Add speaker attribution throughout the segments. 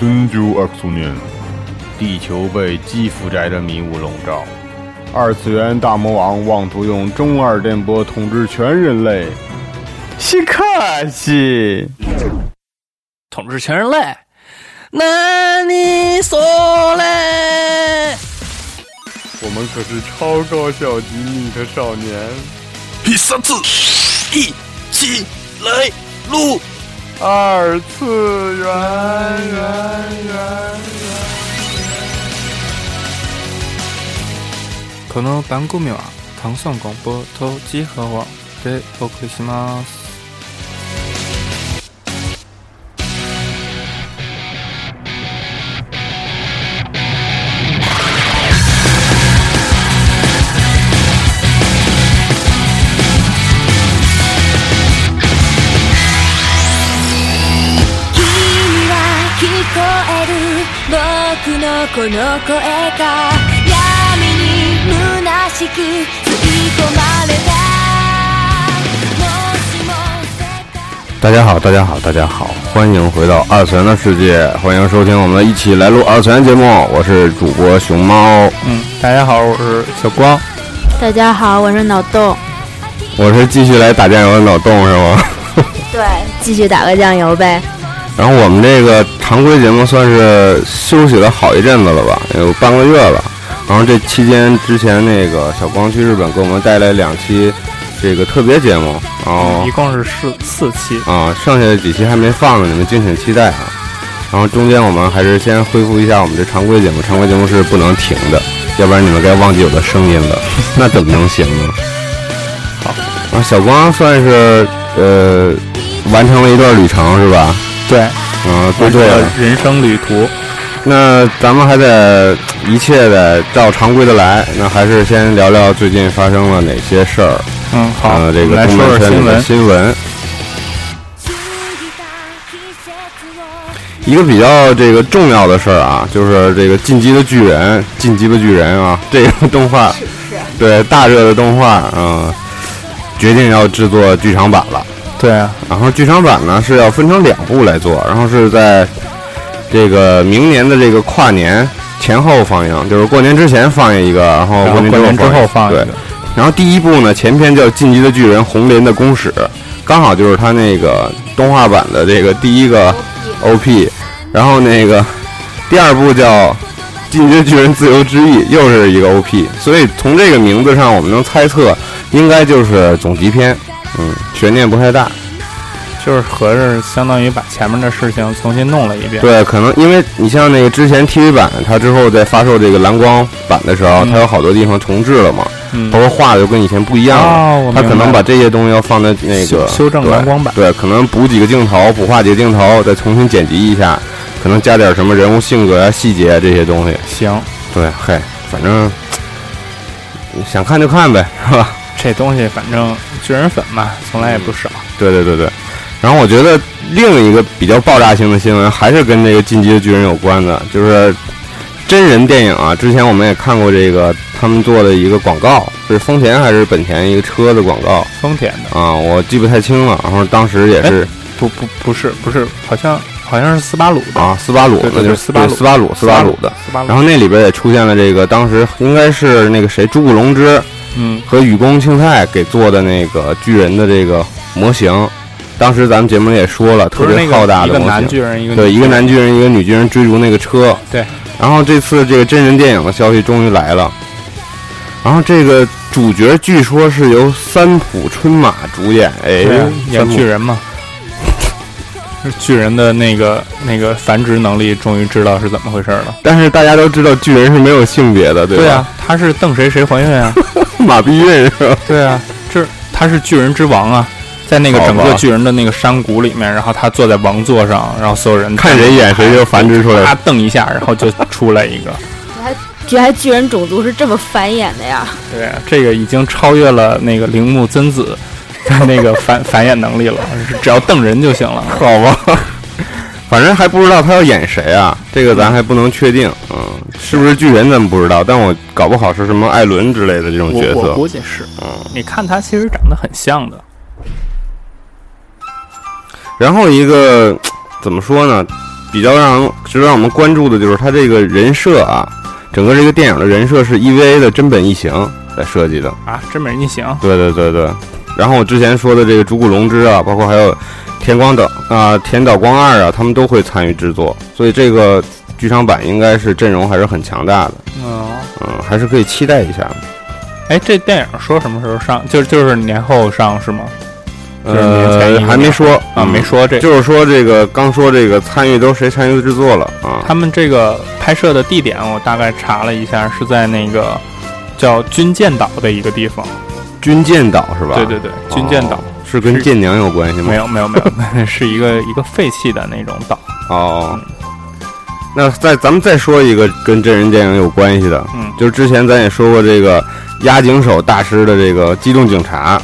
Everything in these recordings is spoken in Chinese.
Speaker 1: 1 9 2年，地球被基辅宅的迷雾笼罩，二次元大魔王妄图用中二电波统治全人类。西卡西，
Speaker 2: 统治全人类。那你说嘞？
Speaker 1: 我们可是超高校级逆特少年。
Speaker 2: 第三次，一起来录。
Speaker 1: 二次元，元元。
Speaker 3: この番組は唐宋啊广播と集合网でお送りします。
Speaker 4: 君は聞こえる僕のこの声が闇に虚しく吸い込まれたもしも世界
Speaker 1: 大家好，大家好，大家好，欢迎回到二次元的世界，欢迎收听我们一起来录二次元节目，我是主播熊猫，
Speaker 3: 嗯，大家好，我是小光。
Speaker 5: 大家好，我是脑洞。
Speaker 1: 我是继续来打酱油的脑洞是吗？
Speaker 5: 对，继续打个酱油呗。
Speaker 1: 然后我们这个常规节目算是休息了好一阵子了吧，有半个月了。然后这期间之前那个小光去日本给我们带来两期这个特别节目，然后
Speaker 3: 一共是四四期，
Speaker 1: 啊，剩下的几期还没放呢，你们敬请期待啊。然后中间我们还是先恢复一下我们这常规节目，常规节目是不能停的，要不然你们该忘记我的声音了， 那怎么能行呢？好，然后小光算是呃完成了一段旅程是吧？
Speaker 3: 对，
Speaker 1: 嗯，对
Speaker 3: 完成
Speaker 1: 对了
Speaker 3: 了人生旅途。
Speaker 1: 那咱们还得一切得照常规的来，那还是先聊聊最近发生了哪些事儿。
Speaker 3: 嗯，好，
Speaker 1: 呃这
Speaker 3: 我们
Speaker 1: 个
Speaker 3: 来
Speaker 1: 动
Speaker 3: 说
Speaker 1: 漫
Speaker 3: 说
Speaker 1: 圈里
Speaker 3: 新
Speaker 1: 的
Speaker 3: 闻。
Speaker 1: 新闻。
Speaker 4: 過ぎた季節を
Speaker 1: 一个比较这个重要的事儿啊，就是这个《进击的巨人》，《进击的巨人》啊，这个动画，对大热的动画，嗯、决定要制作剧场版了。
Speaker 3: 对啊，
Speaker 1: 然后剧场版呢是要分成两部来做，然后是在这个明年的这个跨年前后放映，就是过年之前放映一个，然后
Speaker 3: 然
Speaker 1: 过
Speaker 3: 后过年之后放
Speaker 1: 一
Speaker 3: 一个
Speaker 1: 个。对，然后第一部呢，前篇叫《进击的巨人：红莲的公使》，刚好就是他那个动画版的这个第一个 OP，然后那个第二部叫《进击的巨人：自由之翼》，又是一个 OP，所以从这个名字上我们能猜测，应该就是总集篇，嗯，悬念不太大。
Speaker 3: 就是合着相当于把前面的事情重新弄了一遍。
Speaker 1: 对，可能因为你像那个之前 TV 版，它之后在发售这个蓝光版的时候，
Speaker 3: 嗯
Speaker 1: 它有好多地方重置了嘛，
Speaker 3: 嗯
Speaker 1: 包括画的就跟以前不一样了。
Speaker 3: 哦，我
Speaker 1: 它可
Speaker 3: 明白
Speaker 1: 能
Speaker 3: 了
Speaker 1: 把这些东西要放在那个
Speaker 3: 修修正
Speaker 1: 对
Speaker 3: 蓝光版
Speaker 1: 对，可能补几个镜头，补画几个镜头，再重新剪辑一下，可能加点什么人物性格啊、细节啊这些东西。
Speaker 3: 行，
Speaker 1: 对，嘿，反正想看就看呗，是吧？
Speaker 3: 这东西反正巨人粉嘛，从来也不少。
Speaker 1: 对对对对。然后我觉得另一个比较爆炸性的新闻还是跟这个《进击的巨人》有关的，就是真人电影啊。之前我们也看过这个他们做的一个广告，是丰田还是本田一个车的广告
Speaker 3: 丰田的
Speaker 1: 啊，我记不太清了。然后当时也是
Speaker 3: 不不不是不是，好像好像是斯巴鲁的，
Speaker 1: 啊，斯巴鲁，
Speaker 3: 对对
Speaker 1: 那就
Speaker 3: 对
Speaker 1: 是
Speaker 3: 斯巴鲁
Speaker 1: 斯巴鲁，斯巴鲁的。
Speaker 3: 斯巴鲁。
Speaker 1: 然后那里边也出现了这个，当时应该是那个谁，朱古龙之
Speaker 3: 嗯，
Speaker 1: 和雨宫庆太给做的那个巨人的这个模型。当时咱们节目里也说了，特
Speaker 3: 不是那
Speaker 1: 别浩大
Speaker 3: 个一
Speaker 1: 的模
Speaker 3: 个
Speaker 1: 型。
Speaker 3: 男巨人，一个
Speaker 1: 对，
Speaker 3: 女
Speaker 1: 一个
Speaker 3: 巨人
Speaker 1: 男巨人，一个女巨人追逐那个车。
Speaker 3: 对。
Speaker 1: 然后这次这个真人电影的消息终于来了，然后这个主角据说是由三浦春马主演，哎
Speaker 3: 对啊，
Speaker 1: 三
Speaker 3: 演
Speaker 1: 浦
Speaker 3: 巨 人嘛。巨人的那个那个繁殖能力，终于知道是怎么回事了。
Speaker 1: 但是大家都知道巨人是没有性别的，对吧？
Speaker 3: 对啊，他是瞪谁谁怀孕啊？
Speaker 1: 马必 运是吧？
Speaker 3: 对啊，这他是巨人之王啊，在那个整
Speaker 1: 好
Speaker 3: 个
Speaker 1: 吧
Speaker 3: 巨人的那个山谷里面，然后他坐在王座上，然后所有人
Speaker 1: 看谁演谁就繁殖出来
Speaker 3: 他瞪一下，然后就出来 一个。
Speaker 5: 原来巨人种族是这么繁衍的呀！
Speaker 3: 对啊，这个已经超越了那个铃木真子 他那个繁繁衍能力了，只要瞪人就行了。
Speaker 1: 好吧，反正还不知道他要演谁啊，这个咱还不能确定，嗯，是不是巨人咱们不知道，但我搞不好是什么艾伦之类的这种角色。嗯
Speaker 3: 计是，你看他其实长得很像的。
Speaker 1: 然后一个怎么说呢？比较让人值得让我们关注的就是他这个人设啊，整个这个电影的人设是 EVA 的真本一行来设计的。
Speaker 3: 啊，真美人逆行
Speaker 1: 对对对对。然后我之前说的这个《竹谷龙之》啊，包括还有《田光岛》啊，《田岛光二》啊，他们都会参与制作，所以这个剧场版应该是阵容还是很强大的，
Speaker 3: 嗯，
Speaker 1: 嗯，还是可以期待一下的。
Speaker 3: 哎，这电影说什么时候上？就就是年后上是吗？就是年前一
Speaker 1: 呃，
Speaker 3: 年
Speaker 1: 还没说
Speaker 3: 啊，没，说这
Speaker 1: 嗯就是说这个刚说这个参与都是谁参与制作了啊？
Speaker 3: 他们这个拍摄的地点，我大概查了一下，是在那个叫军舰岛的一个地方。
Speaker 1: 军舰岛是吧？
Speaker 3: 对对对，军舰岛、
Speaker 1: 哦是跟
Speaker 3: 是
Speaker 1: 舰娘有关系吗？
Speaker 3: 没有没有没 有，是一个一个废弃的那种岛。
Speaker 1: 哦，那再咱们再说一个跟真人电影有关系的，
Speaker 3: 嗯
Speaker 1: 就是之前咱也说过这个押井守大师的这个《机动警察》，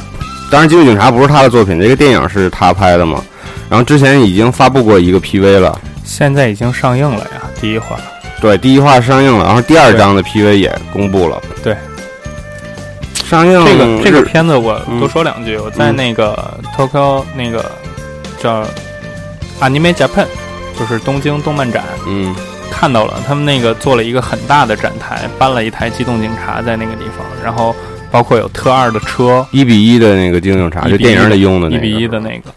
Speaker 1: 当然《机动警察》不是他的作品，这个电影是他拍的嘛。然后之前已经发布过一个 PV 了，
Speaker 3: 现在已经上映了呀，第一话。
Speaker 1: 对，第一话上映了，然后第二章的 PV 也公布了，
Speaker 3: 对，
Speaker 1: 上映
Speaker 3: 这个这个
Speaker 1: 日
Speaker 3: 片子我
Speaker 1: 嗯
Speaker 3: 多说两句，我在
Speaker 1: 嗯
Speaker 3: 那个 Tokyo 那个叫 Anime Japan，就是东京动漫展
Speaker 1: 嗯
Speaker 3: 看到了，他们那个做了一个很大的展台，搬了一台机动警察在那个地方，然后包括有特二的车，
Speaker 1: 一比一的那个《机动警察》，
Speaker 3: 1:1
Speaker 1: 就电影里用的那
Speaker 3: 一
Speaker 1: 个，
Speaker 3: 比一的那个，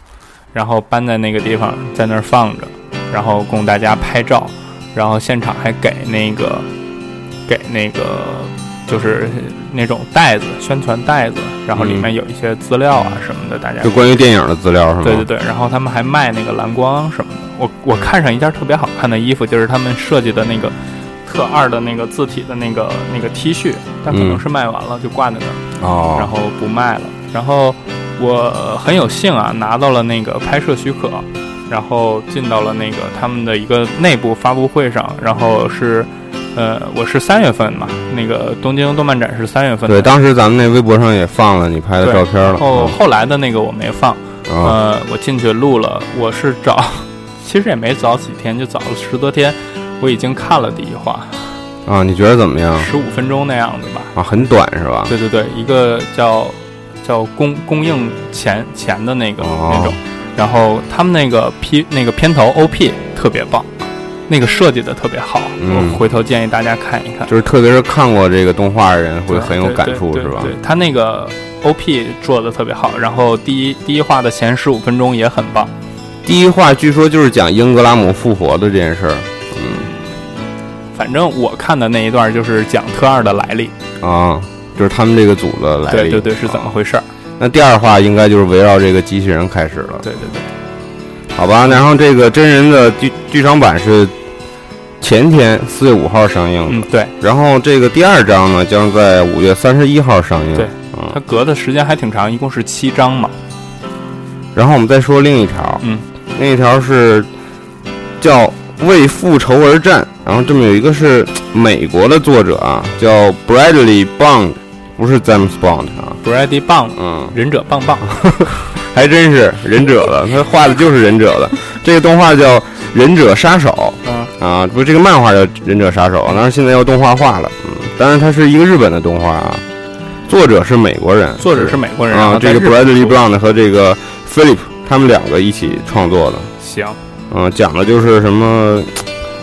Speaker 3: 然后搬在那个地方，在那儿放着，然后供大家拍照，然后现场还给那个给那个就是那种袋子宣传袋子，然后里
Speaker 1: 嗯
Speaker 3: 面有一些资料啊什么的，大家
Speaker 1: 就关于电影的资料是吗？
Speaker 3: 对对对，然后他们还卖那个蓝光什么的，我我看上一件特别好看的衣服，就是他们设计的那个。特二的那个字体的那个那个 T 恤，但可能
Speaker 1: 嗯
Speaker 3: 是卖完了，就挂在那儿。
Speaker 1: 哦，
Speaker 3: 然后不卖了。然后我很有幸啊，拿到了那个拍摄许可，然后进到了那个他们的一个内部发布会上。然后是，呃，我是三月份嘛，那个东京动漫展是三月份
Speaker 1: 对，
Speaker 3: 的。
Speaker 1: 当时咱们那微博上也放了你拍的
Speaker 3: 对
Speaker 1: 照片了
Speaker 3: 然，后后来的那个我没放，
Speaker 1: 嗯啊
Speaker 3: 呃，我进去录了，我是找， 其实也没早几天，就早了十多天，我已经看了第一话，
Speaker 1: 啊，你觉得怎么样？
Speaker 3: 十五分钟那样子吧。
Speaker 1: 啊，很短是吧？
Speaker 3: 对对对，一个叫叫供供应前前的那个、
Speaker 1: 哦
Speaker 3: 那种，然后他们那个 P 那个片头 OP 特别棒，那个设计的特别好，
Speaker 1: 嗯
Speaker 3: 我回头建议大家看一看，
Speaker 1: 就是特别是看过这个动画的人会
Speaker 3: 对
Speaker 1: 很有
Speaker 3: 对
Speaker 1: 感
Speaker 3: 对
Speaker 1: 触，
Speaker 3: 对
Speaker 1: 是吧
Speaker 3: 对？，他那个 OP 做的特别好，然后第一第一话的前十五分钟也很棒，
Speaker 1: 第一话据说就是讲英格拉姆复活的这件事儿，
Speaker 3: 反正我看的那一段就是讲特二的来历，
Speaker 1: 嗯啊，就是他们这个组的来
Speaker 3: 对
Speaker 1: 历。
Speaker 3: 对对，是怎么
Speaker 1: 啊
Speaker 3: 回事儿？
Speaker 1: 那第二话应该就是围绕这个机器人开始了，
Speaker 3: 对对对。
Speaker 1: 好吧？然后这个真人的剧剧场版是前天四月五号上映的，
Speaker 3: 嗯，对，
Speaker 1: 然后这个第二章呢将在五月三十一号上映。
Speaker 3: 对
Speaker 1: 嗯
Speaker 3: 它隔的时间还挺长，一共是七章嘛。
Speaker 1: 然后我们再说另一条，
Speaker 3: 嗯，
Speaker 1: 另一条是叫《为复仇而战》，然后这么有一个是美国的作者啊，叫 Bradley Bond，不是 James Bond 啊，
Speaker 3: Brady 棒，
Speaker 1: 嗯，
Speaker 3: 忍者棒棒。
Speaker 1: 还真是忍者的，他画的就是忍 者的。这个动画叫《忍者杀手
Speaker 3: 嗯》
Speaker 1: 啊，不是这个漫画叫《忍者杀手》，但是现在要动画化了，嗯，当然它是一个日本的动画啊，作者是美国人，
Speaker 3: 作者是美国人，然
Speaker 1: 啊
Speaker 3: 后，在
Speaker 1: 这个
Speaker 3: 日本
Speaker 1: Bradley
Speaker 3: 出
Speaker 1: Brown 和这个 Philip 他们两个一起创作的。
Speaker 3: 行，
Speaker 1: 嗯，讲的就是什么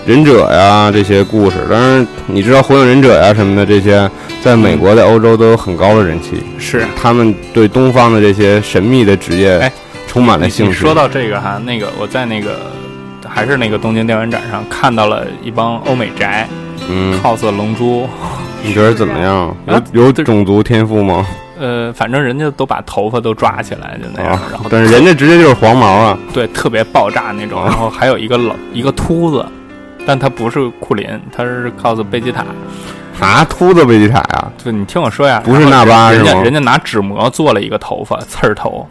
Speaker 1: 忍者呀这些故事。当然，你知道火影忍者呀什么的这些，在美国、在欧洲都有很高的人气。
Speaker 3: 是
Speaker 1: 他们对东方的这些神秘的职业
Speaker 3: 哎
Speaker 1: 充满了
Speaker 3: 你
Speaker 1: 兴
Speaker 3: 你
Speaker 1: 趣。
Speaker 3: 说到这个哈，那个我在那个还是那个东京电玩展上看到了一帮欧美宅
Speaker 1: 嗯，
Speaker 3: cos 龙珠，
Speaker 1: 你觉得怎么样？
Speaker 3: 啊
Speaker 1: 有有种族天赋吗？
Speaker 3: 呃，反正人家都把头发都抓起来就那样，
Speaker 1: 啊
Speaker 3: 然后，
Speaker 1: 但是人家直接就是黄毛啊！
Speaker 3: 对特别爆炸那 种，
Speaker 1: 啊
Speaker 3: 然后还有一个老一个秃子。但他不是库林，他是 cos 贝吉塔。
Speaker 1: 啊，秃子贝吉塔呀、
Speaker 3: 就你听我说呀，
Speaker 1: 啊不是纳巴
Speaker 3: 人
Speaker 1: 是
Speaker 3: 家
Speaker 1: 吗
Speaker 3: 人？家拿纸模做了一个头发刺儿 头，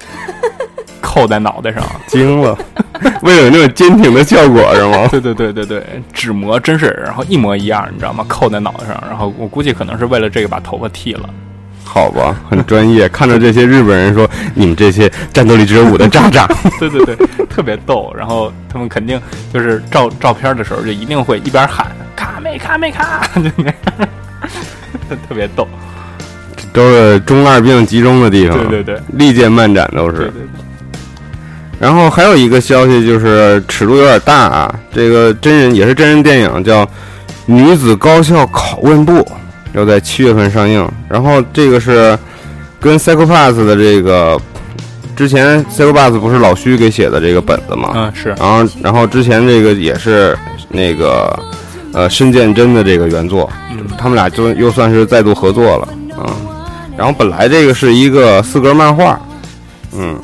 Speaker 3: 扣在脑袋上。
Speaker 1: 惊了， 为了有那种坚挺的效果是吗？
Speaker 3: 对对对对对，纸模真是，然后一模一样，你知道吗？扣在脑袋上，然后我估计可能是为了这个把头发剃了。
Speaker 1: 好吧，很专业。看着这些日本人说，你们这些战斗力只有我的渣渣。
Speaker 3: 对 对对，特别逗。然后他们肯定就是照照片的时候，就一定会一边喊“卡没卡没卡”，就那样， 特别逗。
Speaker 1: 都是中二病集中的地方，
Speaker 3: 对对对
Speaker 1: 历届漫展
Speaker 3: 对
Speaker 1: 都嗯是。
Speaker 3: 对对，
Speaker 1: 然后还有一个消息就是尺度有点大啊，这个真人也是真人电影叫《女子高校拷问部》，要在七月份上映。然后这个是跟 Psychopath 的这个之前 Psychopath 不是老徐给写的这个本子嘛？
Speaker 3: 嗯，是
Speaker 1: 然后然后之前这个也是那个呃申建真的这个原作，
Speaker 3: 嗯
Speaker 1: 他们俩就又算是再度合作了啊、嗯。然后本来这个是一个四格漫画，嗯，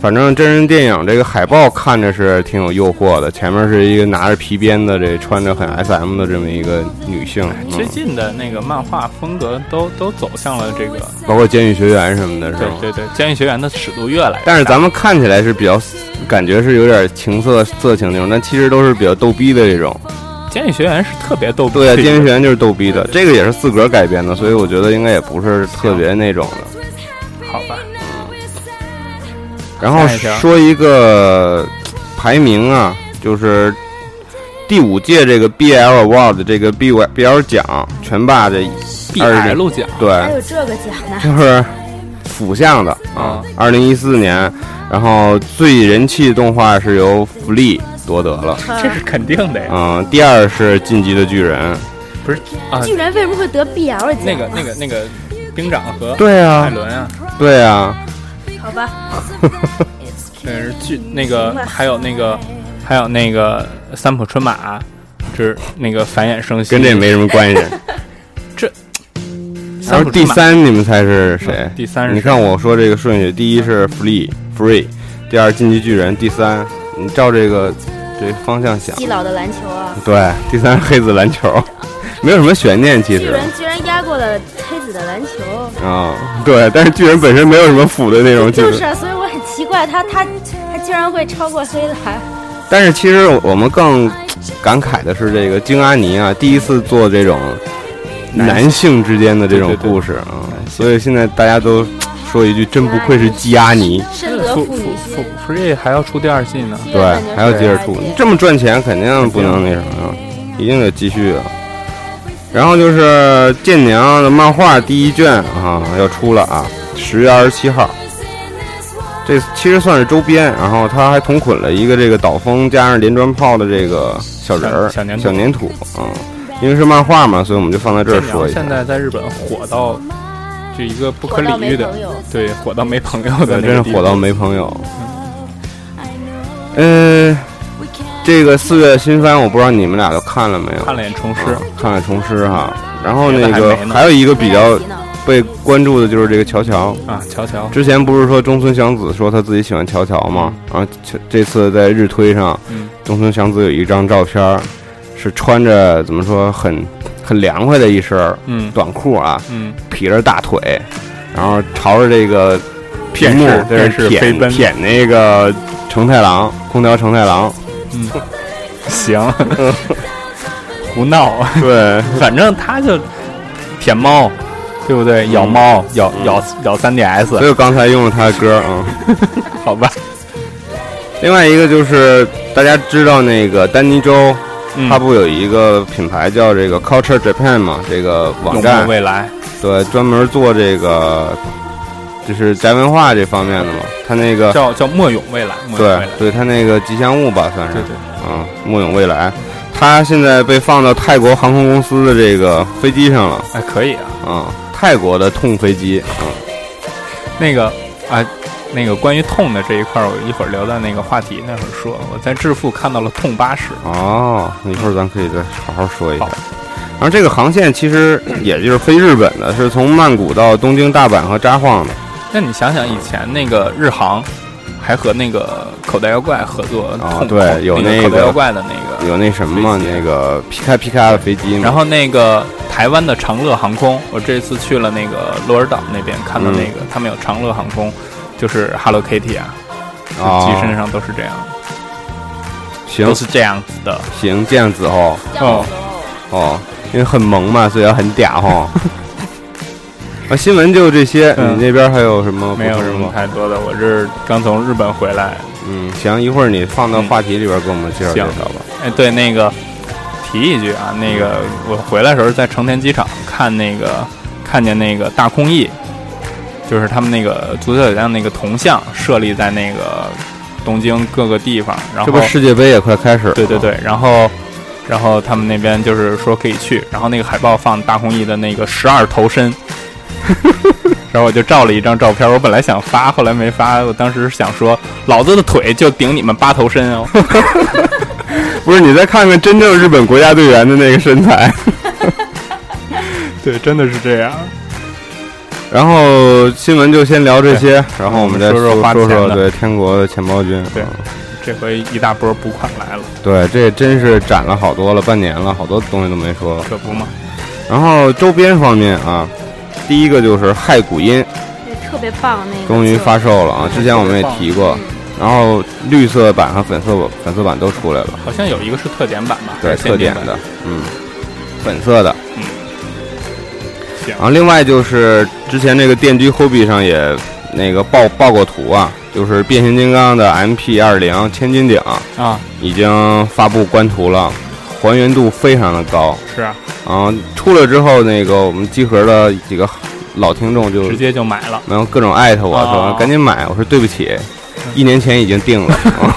Speaker 1: 反正真人电影这个海报看着是挺有诱惑的，前面是一个拿着皮鞭的这穿着很 S M 的这么一个女性，
Speaker 3: 最
Speaker 1: 嗯，
Speaker 3: 近的那个漫画风格都都走向了这个，
Speaker 1: 包括监狱学员什么的，是
Speaker 3: 对
Speaker 1: 吗？
Speaker 3: 对对，监狱学员的尺度越来越大，
Speaker 1: 但是咱们看起来是比较，感觉是有点情色色情那种，但其实都是比较逗逼的这种。
Speaker 3: 监狱学员是特别逗逼
Speaker 1: 对
Speaker 3: 的
Speaker 1: 啊，
Speaker 3: 一个，
Speaker 1: 监狱学员就是逗逼的，这个也是自个儿改编的，所以我觉得应该也不是特别那种的。
Speaker 3: 好吧，
Speaker 1: 然后
Speaker 3: 下一条
Speaker 1: 说一个排名啊，就是第五届这个 BL Award 这个 B BL 奖全霸这
Speaker 3: 必
Speaker 1: 二十
Speaker 3: L 奖，
Speaker 5: 还
Speaker 1: 对，
Speaker 5: 有这个奖呢，
Speaker 1: 就是腐向的啊，二零一四年，然后最人气动画是由福利夺得了，
Speaker 3: 这是肯定的呀，
Speaker 1: 嗯，第二是进击的巨人，
Speaker 3: 不是啊，
Speaker 5: 居然为什么会得 BL 奖啊？
Speaker 3: 那个那个那个兵长和
Speaker 1: 对
Speaker 3: 艾
Speaker 1: 啊，
Speaker 3: 伦啊，
Speaker 1: 对啊，
Speaker 5: 好吧，
Speaker 3: 那是剧那个还有那个
Speaker 5: 嗯
Speaker 3: 还有那个三浦春马，就是那个繁衍生息，
Speaker 1: 跟这没什么关 系。然
Speaker 3: 三
Speaker 1: 后
Speaker 3: 浦
Speaker 1: 第
Speaker 3: 春马
Speaker 1: 三你们猜啊是谁
Speaker 3: 嗯？第三是
Speaker 1: 你
Speaker 3: 谁
Speaker 1: 看我说这个顺序，第一是 Free Free，第二进击巨人，第三你照这个这方向想，
Speaker 5: 基佬的篮球啊，
Speaker 1: 对，第三是黑子篮球，没有什么悬念其
Speaker 5: 居
Speaker 1: 实
Speaker 5: 然居然压过了黑子的篮球，
Speaker 1: 啊、对，但是巨人本身没有什么腐的内容，其
Speaker 5: 就
Speaker 1: 实
Speaker 5: 是，啊，所以我很奇怪，他他他居然会超过黑子，还
Speaker 1: 但是其实我们更感慨的是这个京阿尼啊，第一次做这种男性之间的这种
Speaker 3: 对对对
Speaker 1: 故事啊，所以现在大家都说一句，真不愧是基阿尼。
Speaker 5: 深得
Speaker 3: 富
Speaker 5: 妇
Speaker 3: 富
Speaker 5: 女
Speaker 3: 富
Speaker 5: 心。
Speaker 3: Free 还要出第二季呢，
Speaker 5: 七月份就
Speaker 1: 对，
Speaker 5: 是啊
Speaker 1: 还要接着
Speaker 5: 第
Speaker 1: 出
Speaker 5: 二，季
Speaker 1: 这么赚钱肯定不能那什么呀，一定得继续啊。然后就是《剑娘》的漫画第一卷啊要出了啊，十月二十七号。这其实算是周边，然后它还同捆了一个这个岛风加上连砖炮的这个小人儿、
Speaker 3: 小小粘土
Speaker 1: 小粘土啊、因为是漫画嘛，所以我们就放在这儿
Speaker 3: 剑
Speaker 1: 说
Speaker 3: 娘
Speaker 1: 一下
Speaker 3: 现。在在日本火到就一个不可理喻
Speaker 5: 火到没
Speaker 3: 的
Speaker 5: 朋友，
Speaker 3: 对，火到没朋友的
Speaker 1: 对，
Speaker 3: 那个地步，
Speaker 1: 真是火到没朋友。呃，这个四月新番，我不知道你们俩都看了没有？
Speaker 3: 看了眼重施，
Speaker 1: 看了啊重师哈，然后那
Speaker 3: 别
Speaker 1: 个
Speaker 3: 的还没呢
Speaker 1: 还有一个比较被关注的就是这个乔乔。
Speaker 3: 啊，乔乔，
Speaker 1: 之前不是说中村祥子说他自己喜欢乔乔吗？然后这这次在日推上，
Speaker 3: 嗯
Speaker 1: 中村祥子有一张照片儿，是穿着怎么说很很凉快的一身儿
Speaker 3: 嗯
Speaker 1: 短裤啊，
Speaker 3: 嗯，
Speaker 1: 劈着大腿，然后朝着这个
Speaker 3: 电
Speaker 1: 屏幕
Speaker 3: 视
Speaker 1: 在
Speaker 3: 电视
Speaker 1: 这
Speaker 3: 飞
Speaker 1: 舔
Speaker 3: 奔
Speaker 1: 舔那个成太郎，空调成太郎，
Speaker 3: 行， 胡闹，
Speaker 1: 对。
Speaker 3: 反正他就舔猫，对不
Speaker 1: 嗯
Speaker 3: 对？咬猫，咬咬咬三 DS，
Speaker 1: 所以我刚才用了他的歌啊。嗯
Speaker 3: 好吧，
Speaker 1: 另外一个就是大家知道那个丹尼州，
Speaker 3: 嗯
Speaker 1: 它不有一个品牌叫这个 Culture Japan 嘛，这个网
Speaker 3: 永
Speaker 1: 站
Speaker 3: 不未来，
Speaker 1: 对专门做这个就是宅文化这方面的嘛。它那个
Speaker 3: 叫叫莫永未来，莫永
Speaker 1: 啊对
Speaker 3: 未来，
Speaker 1: 对，它那个吉祥物吧，算是
Speaker 3: 对对，
Speaker 1: 嗯，木影未来，它现在被放到泰国航空公司的这个飞机上了
Speaker 3: 哎，可以啊。
Speaker 1: 啊、泰国的痛飞机啊、
Speaker 3: 那个啊，那个关于痛的这一块儿，我一会儿聊到那个话题那会儿说。我在致富看到了痛巴士，
Speaker 1: 哦，一会儿咱可以再好好说一下
Speaker 3: 好。
Speaker 1: 然后这个航线其实也就是飞日本的，是从曼谷到东京、大阪和札幌的。
Speaker 3: 那你想想以前那个日航。还和那个口袋妖怪合作，
Speaker 1: 哦
Speaker 3: 痛
Speaker 1: 对有
Speaker 3: 那
Speaker 1: 那
Speaker 3: 口袋
Speaker 1: 个
Speaker 3: 妖怪的那个，
Speaker 1: 有那什么嘛，
Speaker 3: 飞机
Speaker 1: 那个皮卡皮卡的飞机嘛。
Speaker 3: 然后那个台湾的长乐航空，我这次去了那个鹿儿岛那边，看到
Speaker 1: 嗯
Speaker 3: 那个、他们有长乐航空，就是 Hello Kitty 啊，
Speaker 1: 哦
Speaker 3: 机身上都是这样，
Speaker 1: 行
Speaker 3: 都是这样子的。
Speaker 1: 行，这样子哦
Speaker 3: 哦，
Speaker 1: 哦，因为很萌嘛，所以要很 嗲哈。啊，新闻就这些。
Speaker 3: 嗯
Speaker 1: 你那边还有什么？
Speaker 3: 没有什么。太多的，我这儿刚从日本回来，
Speaker 1: 嗯，行，一会儿你放到话题里边给我们介绍介
Speaker 3: 行
Speaker 1: 绍吧。
Speaker 3: 哎，对，那个提一句啊，那个我回来的时候在成田机场看那个看见那个大空翼，就是他们那个足球小将那个铜像设立在那个东京各个地方，然
Speaker 1: 这
Speaker 3: 后
Speaker 1: 不世界杯也快开始了，
Speaker 3: 对对，对，然后然后他们那边就是说可以去，然后那个海报放大空翼的那个十二头身， 然后我就照了一张照片，我本来想发，后来没发，我当时想说老子的腿就顶你们八头身哦，
Speaker 1: 不是你再看看真正日本国家队员的那个身材，
Speaker 3: 对，真的是这样。
Speaker 1: 然后新闻就先聊这些，然后我们再
Speaker 3: 说说
Speaker 1: 说
Speaker 3: 花
Speaker 1: 说
Speaker 3: 钱的
Speaker 1: 对天国的钱包君，
Speaker 3: 对
Speaker 1: 嗯
Speaker 3: 这回一大波补款来了，
Speaker 1: 对，这真是展了好多了，半年了，好多东西都没说。
Speaker 3: 可不嘛。
Speaker 1: 然后周边方面啊，第一个就是骸骨音
Speaker 5: 对，特别棒那个。
Speaker 1: 终于发售了啊，之前我们也提过，然后绿色版和粉色粉色版都出来了。
Speaker 3: 好像有一个是特点版吧？
Speaker 1: 对，
Speaker 3: 还是限
Speaker 1: 特
Speaker 3: 定
Speaker 1: 点
Speaker 3: 版
Speaker 1: 的，嗯，粉色的。
Speaker 3: 嗯行
Speaker 1: 然后另外就是之前那个电锯后壁上也那个爆爆过图啊，就是变形金刚的 MP 二零千斤顶
Speaker 3: 啊，
Speaker 1: 已经发布官图了，还原度非常的高。
Speaker 3: 是啊，
Speaker 1: 然后出了之后，那个我们集合的几个老听众就
Speaker 3: 直接就买了。
Speaker 1: 然后各种艾特我说
Speaker 3: 哦
Speaker 1: 赶紧买，我说对不起，一年前已经定 了。啊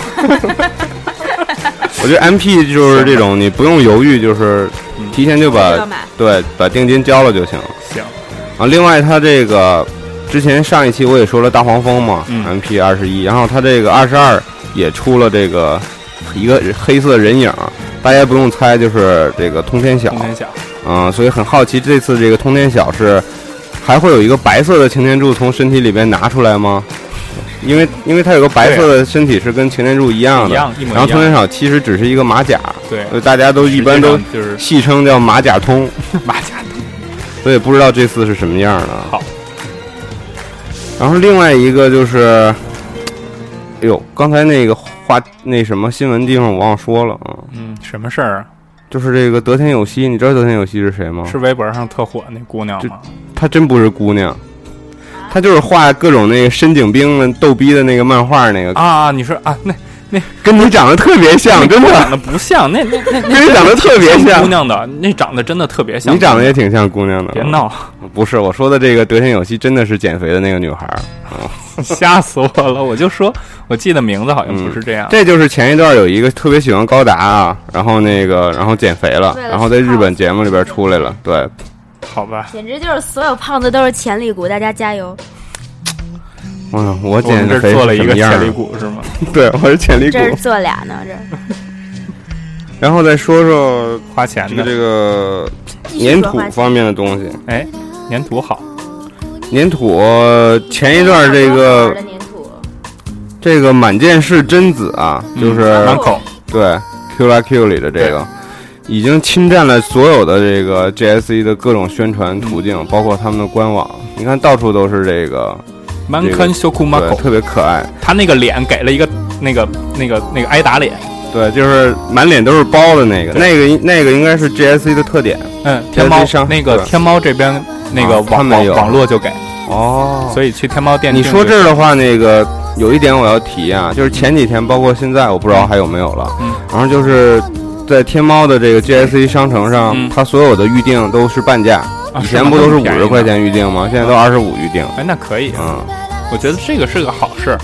Speaker 1: 我觉得 MP 就是这种，你不用犹豫，就是
Speaker 3: 嗯
Speaker 1: 提前就
Speaker 5: 就要
Speaker 1: 把
Speaker 5: 买
Speaker 1: 对把定金交了就行了。
Speaker 3: 行，
Speaker 1: 啊，另外它这个之前上一期我也说了大黄蜂嘛
Speaker 3: 嗯
Speaker 1: ，MP 二十一，然后它这个二十二也出了这个一个黑色人影，大家不用猜，就是这个通天晓
Speaker 3: 冬。天小
Speaker 1: 嗯，所以很好奇这次这个通天晓是还会有一个白色的擎天柱从身体里边拿出来吗？因为因为它有个白色的身体是跟擎天柱一样
Speaker 3: 一
Speaker 1: 的，
Speaker 3: 样一模一样
Speaker 1: 然后通天晓其实只是一个马甲，
Speaker 3: 对，
Speaker 1: 所以大家都一般都
Speaker 3: 实际上就是
Speaker 1: 戏称叫马甲通，
Speaker 3: 马甲的
Speaker 1: 所以不知道这次是什么样的。
Speaker 3: 好，
Speaker 1: 然后另外一个就是，哎呦，刚才那个话那什么新闻地方我忘说了啊，
Speaker 3: 嗯，什么事儿啊？
Speaker 1: 就是这个德天有希，你知道德天有希是谁吗？
Speaker 3: 是微博上特火那姑娘
Speaker 1: 这
Speaker 3: 吗？
Speaker 1: 她真不是姑娘，她就是画各种那个申警兵们逗逼的那个漫画，那个、
Speaker 3: 啊，你说啊，那
Speaker 1: 跟你长得特 别像，真
Speaker 3: 长
Speaker 1: 的，
Speaker 3: 得不像，那那那
Speaker 1: 跟你长得特别
Speaker 3: 那 姑
Speaker 1: 像，
Speaker 3: 娘的，那长得真的特别像。
Speaker 1: 你长得也挺像 姑娘的。
Speaker 3: 别，闹，
Speaker 1: 不是我说的这个德天有希真的是减肥的那个女孩儿，
Speaker 3: 啊吓死我了！我就说，我记得名字好像
Speaker 1: 嗯
Speaker 3: 不是这样。
Speaker 1: 这就是前一段有一个特别喜欢高达啊，然后那个然后减肥了，
Speaker 5: 为了
Speaker 1: 然后在日本节目里边出来了，对，
Speaker 3: 好吧，
Speaker 5: 简直就是所有胖子都是潜力股，大家加油！
Speaker 1: 嗯，我
Speaker 3: 我们
Speaker 1: 减
Speaker 3: 这儿
Speaker 1: 肥
Speaker 3: 做了
Speaker 1: 是
Speaker 3: 一
Speaker 1: 什么
Speaker 3: 个
Speaker 1: 样啊
Speaker 3: 潜力
Speaker 1: 的？
Speaker 3: 股是吗？
Speaker 1: 对，我是潜力股
Speaker 5: 这。是做俩呢，这是
Speaker 1: 然后再说说
Speaker 3: 花钱
Speaker 1: 这个
Speaker 3: 的
Speaker 1: 这个
Speaker 5: 继续
Speaker 1: 粘
Speaker 5: 说
Speaker 1: 土
Speaker 5: 话题
Speaker 1: 方面的东西，
Speaker 3: 粘土好，
Speaker 1: 粘土呃前一段这
Speaker 5: 好玩
Speaker 1: 个
Speaker 5: 的粘土
Speaker 1: 这个满剑士真子啊，就是、
Speaker 3: 嗯满口
Speaker 1: 对 Q 来 Q 里的这个，已经侵占了所有的这个 GSE 的各种宣传途径，
Speaker 3: 嗯
Speaker 1: 包括他们的官网，你看到处都是这个，
Speaker 3: 满坑修库满
Speaker 1: 对，
Speaker 3: 口，
Speaker 1: 特别可爱，
Speaker 3: 他那个脸给了一个那个那个那个挨打脸，
Speaker 1: 对，就是满脸都是包的那个，那个那个应该是 GSE 的特点
Speaker 3: 嗯，天猫
Speaker 1: 这是一张
Speaker 3: 那个
Speaker 1: 对
Speaker 3: 天猫这边那个
Speaker 1: 啊他
Speaker 3: 网
Speaker 1: 们
Speaker 3: 网
Speaker 1: 有
Speaker 3: 网络就给，
Speaker 1: 哦
Speaker 3: 所以去天猫店
Speaker 1: 你
Speaker 3: 订
Speaker 1: 说
Speaker 3: 就
Speaker 1: 这儿的话，那个有一点我要提啊，就是前几天，包括现在，我不知道还有没有了。
Speaker 3: 嗯
Speaker 1: 然后就是在天猫的这个 GSE 商城上，
Speaker 3: 嗯
Speaker 1: 它所有的预定都是半价，
Speaker 3: 啊
Speaker 1: 以
Speaker 3: 是
Speaker 1: 前
Speaker 3: 吗
Speaker 1: 不都是
Speaker 3: 那么
Speaker 1: 五
Speaker 3: 便宜
Speaker 1: 十
Speaker 3: 吗
Speaker 1: 块钱预定吗？现在都二十五预定。
Speaker 3: 哎，那可以，
Speaker 1: 嗯，
Speaker 3: 我觉得这个是个好事。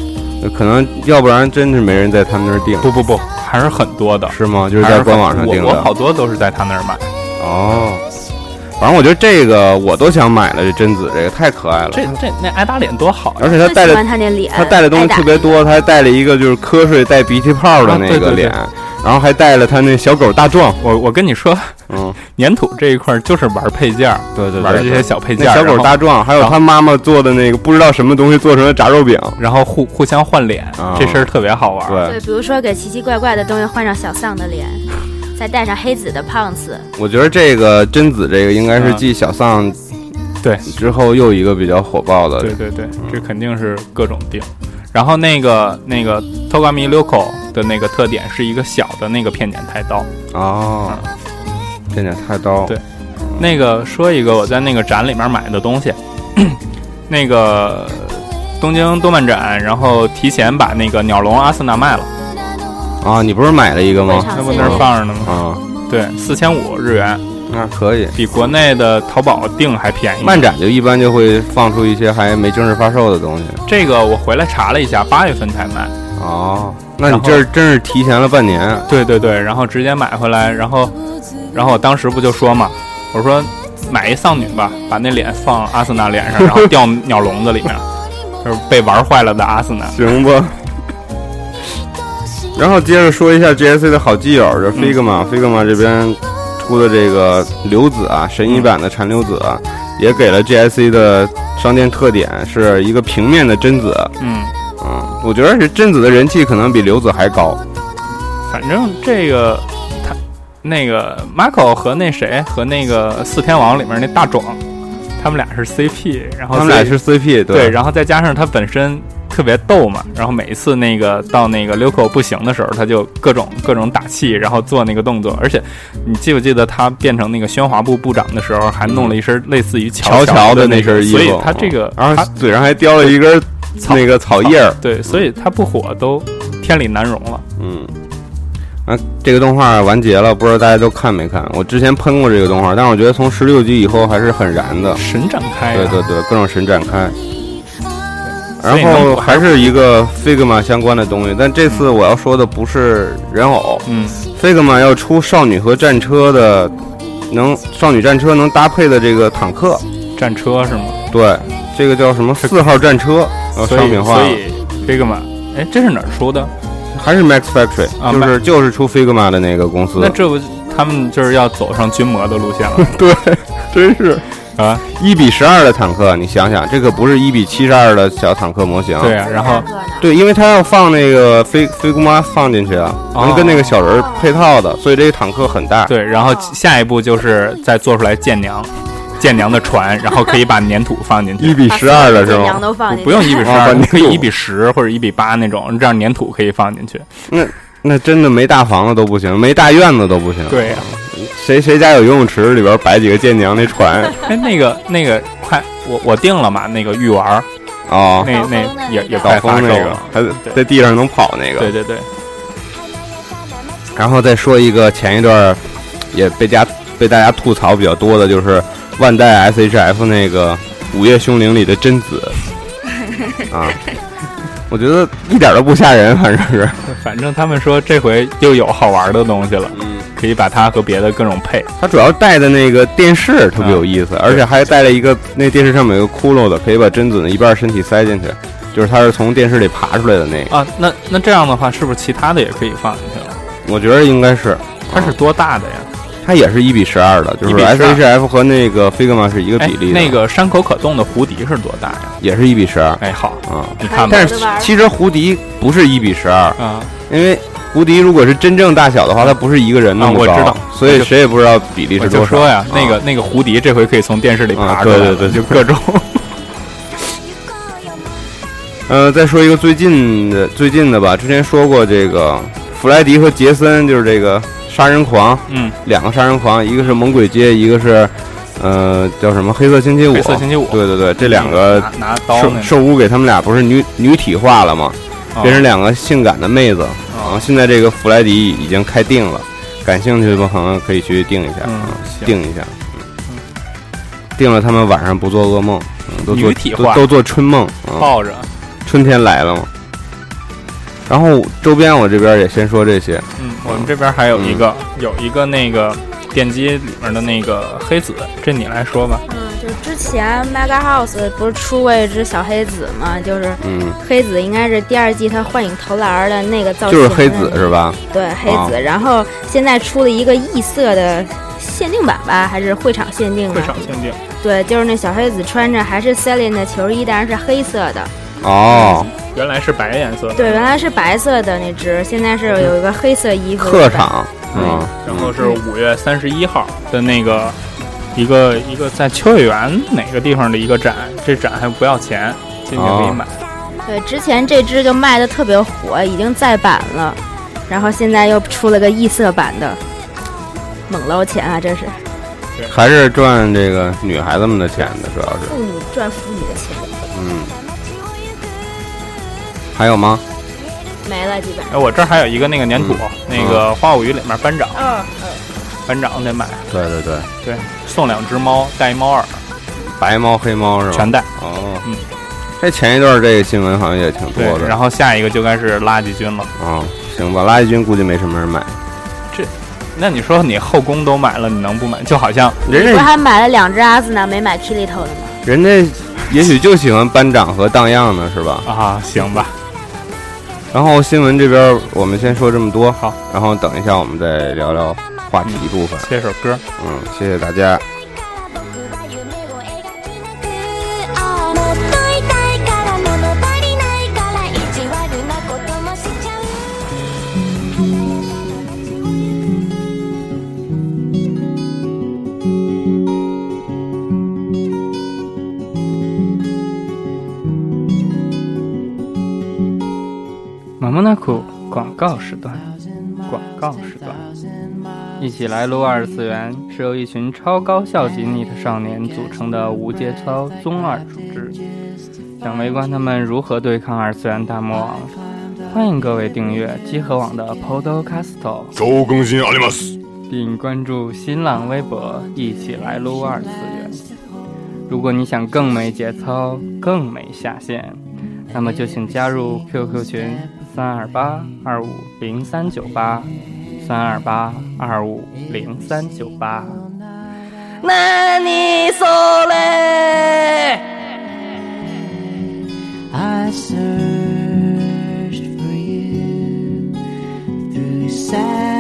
Speaker 1: 可能要不然真是没人在他们那儿订，
Speaker 3: 不不不，还是很多的，
Speaker 1: 是吗？就是
Speaker 3: 还是
Speaker 1: 在
Speaker 3: 很
Speaker 1: 官网上
Speaker 3: 我
Speaker 1: 订
Speaker 3: 我好
Speaker 1: 的。
Speaker 3: 多都是在他那儿买。
Speaker 1: 哦，反正我觉得这个我都想买了，这贞子这个太可爱了，
Speaker 3: 这这那挨打脸多好啊呀！
Speaker 1: 而且它带
Speaker 5: 特喜
Speaker 1: 着
Speaker 5: 欢他那脸，
Speaker 1: 他带的东西
Speaker 5: 挨打
Speaker 1: 特别多，他还带了一个就是瞌睡带鼻涕泡的
Speaker 3: 啊
Speaker 1: 那
Speaker 3: 对对
Speaker 1: 个
Speaker 3: 对
Speaker 1: 脸，然后还带了他那小狗大壮，
Speaker 3: 我我跟你说，
Speaker 1: 嗯，
Speaker 3: 粘土这一块儿就是玩配件儿，
Speaker 1: 对对
Speaker 3: 玩这些小配件
Speaker 1: 那
Speaker 3: 儿，
Speaker 1: 小狗大壮，还有
Speaker 3: 然后
Speaker 1: 他妈妈做的那个不知道什么东西做成的炸肉饼，
Speaker 3: 然后，然后互互相换脸
Speaker 1: 啊，
Speaker 3: 这事儿特别好玩。，
Speaker 1: 对
Speaker 5: 啊对，，比如说给奇奇怪怪的东西换上小丧的 脸，再戴上黑子的胖子，
Speaker 1: 我觉得这个贞子这个应该是
Speaker 3: 嗯
Speaker 1: 继小丧
Speaker 3: 对
Speaker 1: 之后又一个比较火爆的，
Speaker 3: 对对对，这肯定是各种定。然后那个那个 Togami Loco 的那个特点是一个小的那个片剪太刀。
Speaker 1: 哦，这点太刀，
Speaker 3: 对那个说一个我在那个展里面买的东西， 那个东京动漫展，然后提前把那个鸟笼阿斯纳卖了，
Speaker 1: 啊，你不是买了一个吗
Speaker 5: 非？常
Speaker 3: 那不那儿放着呢吗？
Speaker 1: 啊，
Speaker 3: 对，四千五日元，
Speaker 1: 那可以。
Speaker 3: 比国内的淘宝订还便宜。
Speaker 1: 漫展就一般就会放出一些还没正式发售的东西。
Speaker 3: 这个我回来查了一下，八月份才卖。
Speaker 1: 哦，那你
Speaker 3: 然后
Speaker 1: 这真是提前了半年。
Speaker 3: 对对对，然后直接买回来，然后，然后我当时不就说嘛，我说买一丧女吧，把那脸放阿森纳脸上，然后掉鸟笼子里面，就是被玩坏了的阿森纳。
Speaker 1: 行吧。然后接着说一下 GSC 的好基友，这
Speaker 3: 嗯
Speaker 1: Figma、Figma 这边出的这个流子啊，神医
Speaker 3: 嗯
Speaker 1: 版的禅流子啊、也给了 GSC 的商店特点，是一个平面的贞子。啊
Speaker 3: 嗯，
Speaker 1: 嗯，我觉得是贞子的人气可能比流子还高。
Speaker 3: 啊反正这个他那个 Marco 和那谁和那个四天王里面那大壮，他们俩是 CP，然后
Speaker 1: 他们
Speaker 3: 所
Speaker 1: 俩
Speaker 3: 以
Speaker 1: 是 CP，对
Speaker 3: 对，然后再加上他本身特别逗嘛，然后每一次那个到那个 Luco 不行的时候，他就各种各种打气，然后做那个动作。而且你记不记得他变成那个宣华部部长的时候，还弄了一身类似于
Speaker 1: 乔
Speaker 3: 乔
Speaker 1: 的
Speaker 3: 那
Speaker 1: 身衣服，
Speaker 3: 所以他这个
Speaker 1: 然后
Speaker 3: 他
Speaker 1: 嘴上还叼了一根
Speaker 3: 草
Speaker 1: 那个草叶儿，
Speaker 3: 对，所以他不火都天理难容了。
Speaker 1: 嗯，啊，这个动画完结了，不知道大家都看没看？我之前喷过这个动画，但是我觉得从十六集以后还是很燃的，
Speaker 3: 神展开、啊，
Speaker 1: 对对对，各种神展开。
Speaker 3: 所
Speaker 1: 然
Speaker 3: 以能火
Speaker 1: 后还是一个 Figma 相关的东西，但这次我要说的不是人偶
Speaker 3: 嗯，
Speaker 1: ，Figma 要出少女和战车的，能少女战车能搭配的这个坦克，
Speaker 3: 战车是吗？
Speaker 1: 对，这个叫什么四号战车，呃，
Speaker 3: 所
Speaker 1: 商
Speaker 3: 以
Speaker 1: 品化
Speaker 3: 所
Speaker 1: 了
Speaker 3: 以 Figma，哎，这是哪儿出的？
Speaker 1: 还是 Max Factory，
Speaker 3: 啊
Speaker 1: 就是就是出 Figma 的那个公司
Speaker 3: 那，这不他们就是要走上军模的路线了
Speaker 1: 对，真是。
Speaker 3: 啊？
Speaker 1: 一比十二的坦克，你想想，这可不是一比七十二的小坦克模型。
Speaker 3: 对啊，然后
Speaker 1: 对因为它要放那个飞飞姑妈放进去啊，
Speaker 3: 哦
Speaker 1: 能跟那个小人儿配套的，所以这个坦克很大。
Speaker 3: 对，然后
Speaker 5: 哦
Speaker 3: 下一步就是再做出来舰娘，舰娘的船，然后可以把粘土放进
Speaker 1: 一
Speaker 3: 去，
Speaker 1: 比十二的是
Speaker 5: 羊
Speaker 1: 吗？
Speaker 5: 都放进去，
Speaker 3: 不用一比十
Speaker 1: 啊
Speaker 3: 二，
Speaker 1: 把
Speaker 3: 你可以
Speaker 1: 粘土
Speaker 3: 一比十或者一比八那种，这样粘土可以放进去。
Speaker 1: 那那真的没大房子都不行，没大院子都不行。，
Speaker 3: 对呀、
Speaker 5: 啊
Speaker 1: 谁谁家有游泳池里边摆几个舰娘那 船
Speaker 3: 哎，那个那个快，我我定了嘛，那个玉丸儿，
Speaker 1: 啊，
Speaker 3: 那
Speaker 5: 高峰的
Speaker 3: 那
Speaker 5: 那
Speaker 3: 也
Speaker 5: 个
Speaker 3: 也
Speaker 1: 搞
Speaker 3: 快发
Speaker 1: 疯
Speaker 3: 售
Speaker 1: 那个
Speaker 3: 哦了，，
Speaker 1: 还得
Speaker 3: 对
Speaker 1: 在地上能跑那个
Speaker 3: 对。对对，
Speaker 1: 然后再说一个前一段儿也被家被大家吐槽比较多的，就是万代 SHF 那个《午夜凶铃》里的贞子啊，我觉得一点儿都不吓人，反正是。
Speaker 3: 反正他们说这回又有好玩的东西了，
Speaker 1: 嗯，
Speaker 3: 可以把它和别的各种配。
Speaker 1: 它主要带的那个电视特别有意思，而且还带了一个那电视上面有个窟窿的，可以把贞子的一半身体塞进去，就是它是从电视里爬出来的那个。
Speaker 3: 啊，那那这样的话，是不是其他的也可以放进去了？
Speaker 1: 我觉得应该是
Speaker 3: 它是多大的呀？
Speaker 1: 它也是一比十二的，就是
Speaker 3: 1:12
Speaker 1: SHF 和那个 Figma 是一个
Speaker 3: 哎
Speaker 1: 比，例的，
Speaker 3: 那个山口可动的胡迪是多大呀？
Speaker 1: 也是一比十二
Speaker 3: 哎，好，
Speaker 1: 啊。
Speaker 3: 你看吧，
Speaker 1: 但是其实胡迪不是一比十二，
Speaker 3: 啊，
Speaker 1: 因为胡迪如果是真正大小的话，它不是一个人那么
Speaker 3: 啊我
Speaker 1: 高，
Speaker 3: 知道
Speaker 1: 所以谁也不知道比例
Speaker 3: 我
Speaker 1: 是
Speaker 3: 就
Speaker 1: 多
Speaker 3: 说
Speaker 1: 少。啊
Speaker 3: 呀，那个那个胡迪这回可以从电视里爬出来了，
Speaker 1: 啊对对对
Speaker 3: 就各种
Speaker 1: 呃，再说一个最近的最近的吧，之前说过这个弗莱迪和杰森就是这个杀人狂，
Speaker 3: 嗯，
Speaker 1: 两个杀人狂，一个是猛鬼街，一个是呃叫什么黑色星期五。
Speaker 3: 黑色星期五
Speaker 1: 对对对，这两个
Speaker 3: 拿拿刀
Speaker 1: 兽
Speaker 3: 那种
Speaker 1: 兽屋给他们俩不是女女体化了吗？
Speaker 3: 啊
Speaker 1: 变成两个性感的妹子。啊，
Speaker 3: 啊，
Speaker 1: 现在这个弗莱迪已经开定了，感兴趣的朋友可以去定一下，
Speaker 3: 嗯
Speaker 1: 啊
Speaker 3: 行
Speaker 1: 定一下，嗯定了他们晚上不做噩梦，嗯都做
Speaker 3: 女体
Speaker 1: 都
Speaker 3: 化哦
Speaker 1: 都做春梦啊，
Speaker 3: 抱着，
Speaker 1: 春天来了嘛。然后周边我这边也先说这些，
Speaker 3: 嗯，我们这边还有一个
Speaker 1: 嗯
Speaker 3: 有一个那个电机里面的那个黑子，这你来说吧，
Speaker 5: 嗯，就之前 Mega House 不是出过一只小黑子嘛，就是
Speaker 1: 嗯，
Speaker 5: 黑子应该是第二季它幻影投篮儿的那个造
Speaker 1: 就
Speaker 5: 型的那
Speaker 1: 是
Speaker 5: 个，
Speaker 1: 黑子是吧？啊
Speaker 5: 对黑子，然后现在出了一个异色的限定版吧，还是会场限定
Speaker 3: 会
Speaker 5: 的？
Speaker 3: 场限定，
Speaker 5: 对，就是那小黑子穿着还是 Celine 的球衣，但是是黑色的。
Speaker 1: 哦，
Speaker 3: 原来是白颜色的，
Speaker 5: 对，原来是白色的那只，现在是有一个黑色衣服。
Speaker 1: 客场，
Speaker 3: 嗯
Speaker 1: 嗯，，
Speaker 3: 然后是五月三十一号的那个一个一个在秋叶原哪个地方的一个展，这展还不要钱，进去可以
Speaker 1: 哦
Speaker 3: 买，
Speaker 5: 对，之前这只就卖的特别火，已经再版了，然后现在又出了个异色版的，猛捞钱啊！这是
Speaker 1: 还是赚这个女孩子们的钱的，主要是，
Speaker 5: 妇女赚妇女的钱，
Speaker 1: 嗯，还有吗？
Speaker 5: 没了基本上。哦
Speaker 1: 嗯
Speaker 3: 哎，我这儿还有一个那个粘土，那个《花舞鱼》里面班长，班长得买，
Speaker 1: 对对对，
Speaker 3: 对，送两只猫，带一猫耳，
Speaker 1: 白猫黑猫是吧？
Speaker 3: 全带。
Speaker 1: 哦，
Speaker 3: 嗯
Speaker 1: 这前一段这个新闻好像也挺
Speaker 3: 对
Speaker 1: 多，的。
Speaker 3: 然后下一个就该是垃圾军了。
Speaker 1: 哦，行吧，垃圾军估计没什么人买。
Speaker 3: 那你说你后宫都买了，你能不买？就好像
Speaker 1: 人
Speaker 5: 不是
Speaker 1: 家
Speaker 5: 还买了两只阿兹呢，没买 Kirito 的吗？
Speaker 1: 人家也许就喜欢班长和荡漾呢，是吧？
Speaker 3: 啊，行吧，
Speaker 1: 然后新闻这边我们先说这么多，
Speaker 3: 好，
Speaker 1: 然后等一下我们再聊聊话题部分。
Speaker 3: 这首歌。
Speaker 1: 嗯，谢谢大家。
Speaker 4: 「ああもっといたいから物足りないから意地悪なこともしちゃう」
Speaker 3: 马莫纳库广告时段，广告时段，一起来撸二次元是由一群超高效级 NET 少年组成的无节操中二组织，想围观他们如何对抗二次元大魔王。欢迎各位订阅集合网的 Podcast，
Speaker 2: 超更新あります。
Speaker 3: 并关注新浪微博“一起来撸二次元”。如果你想更没节操、更没下限，那么就请加入 QQ 群三二八二五零三九八三二八二五零三九八。
Speaker 6: なにそれ
Speaker 7: I searched for you through sad.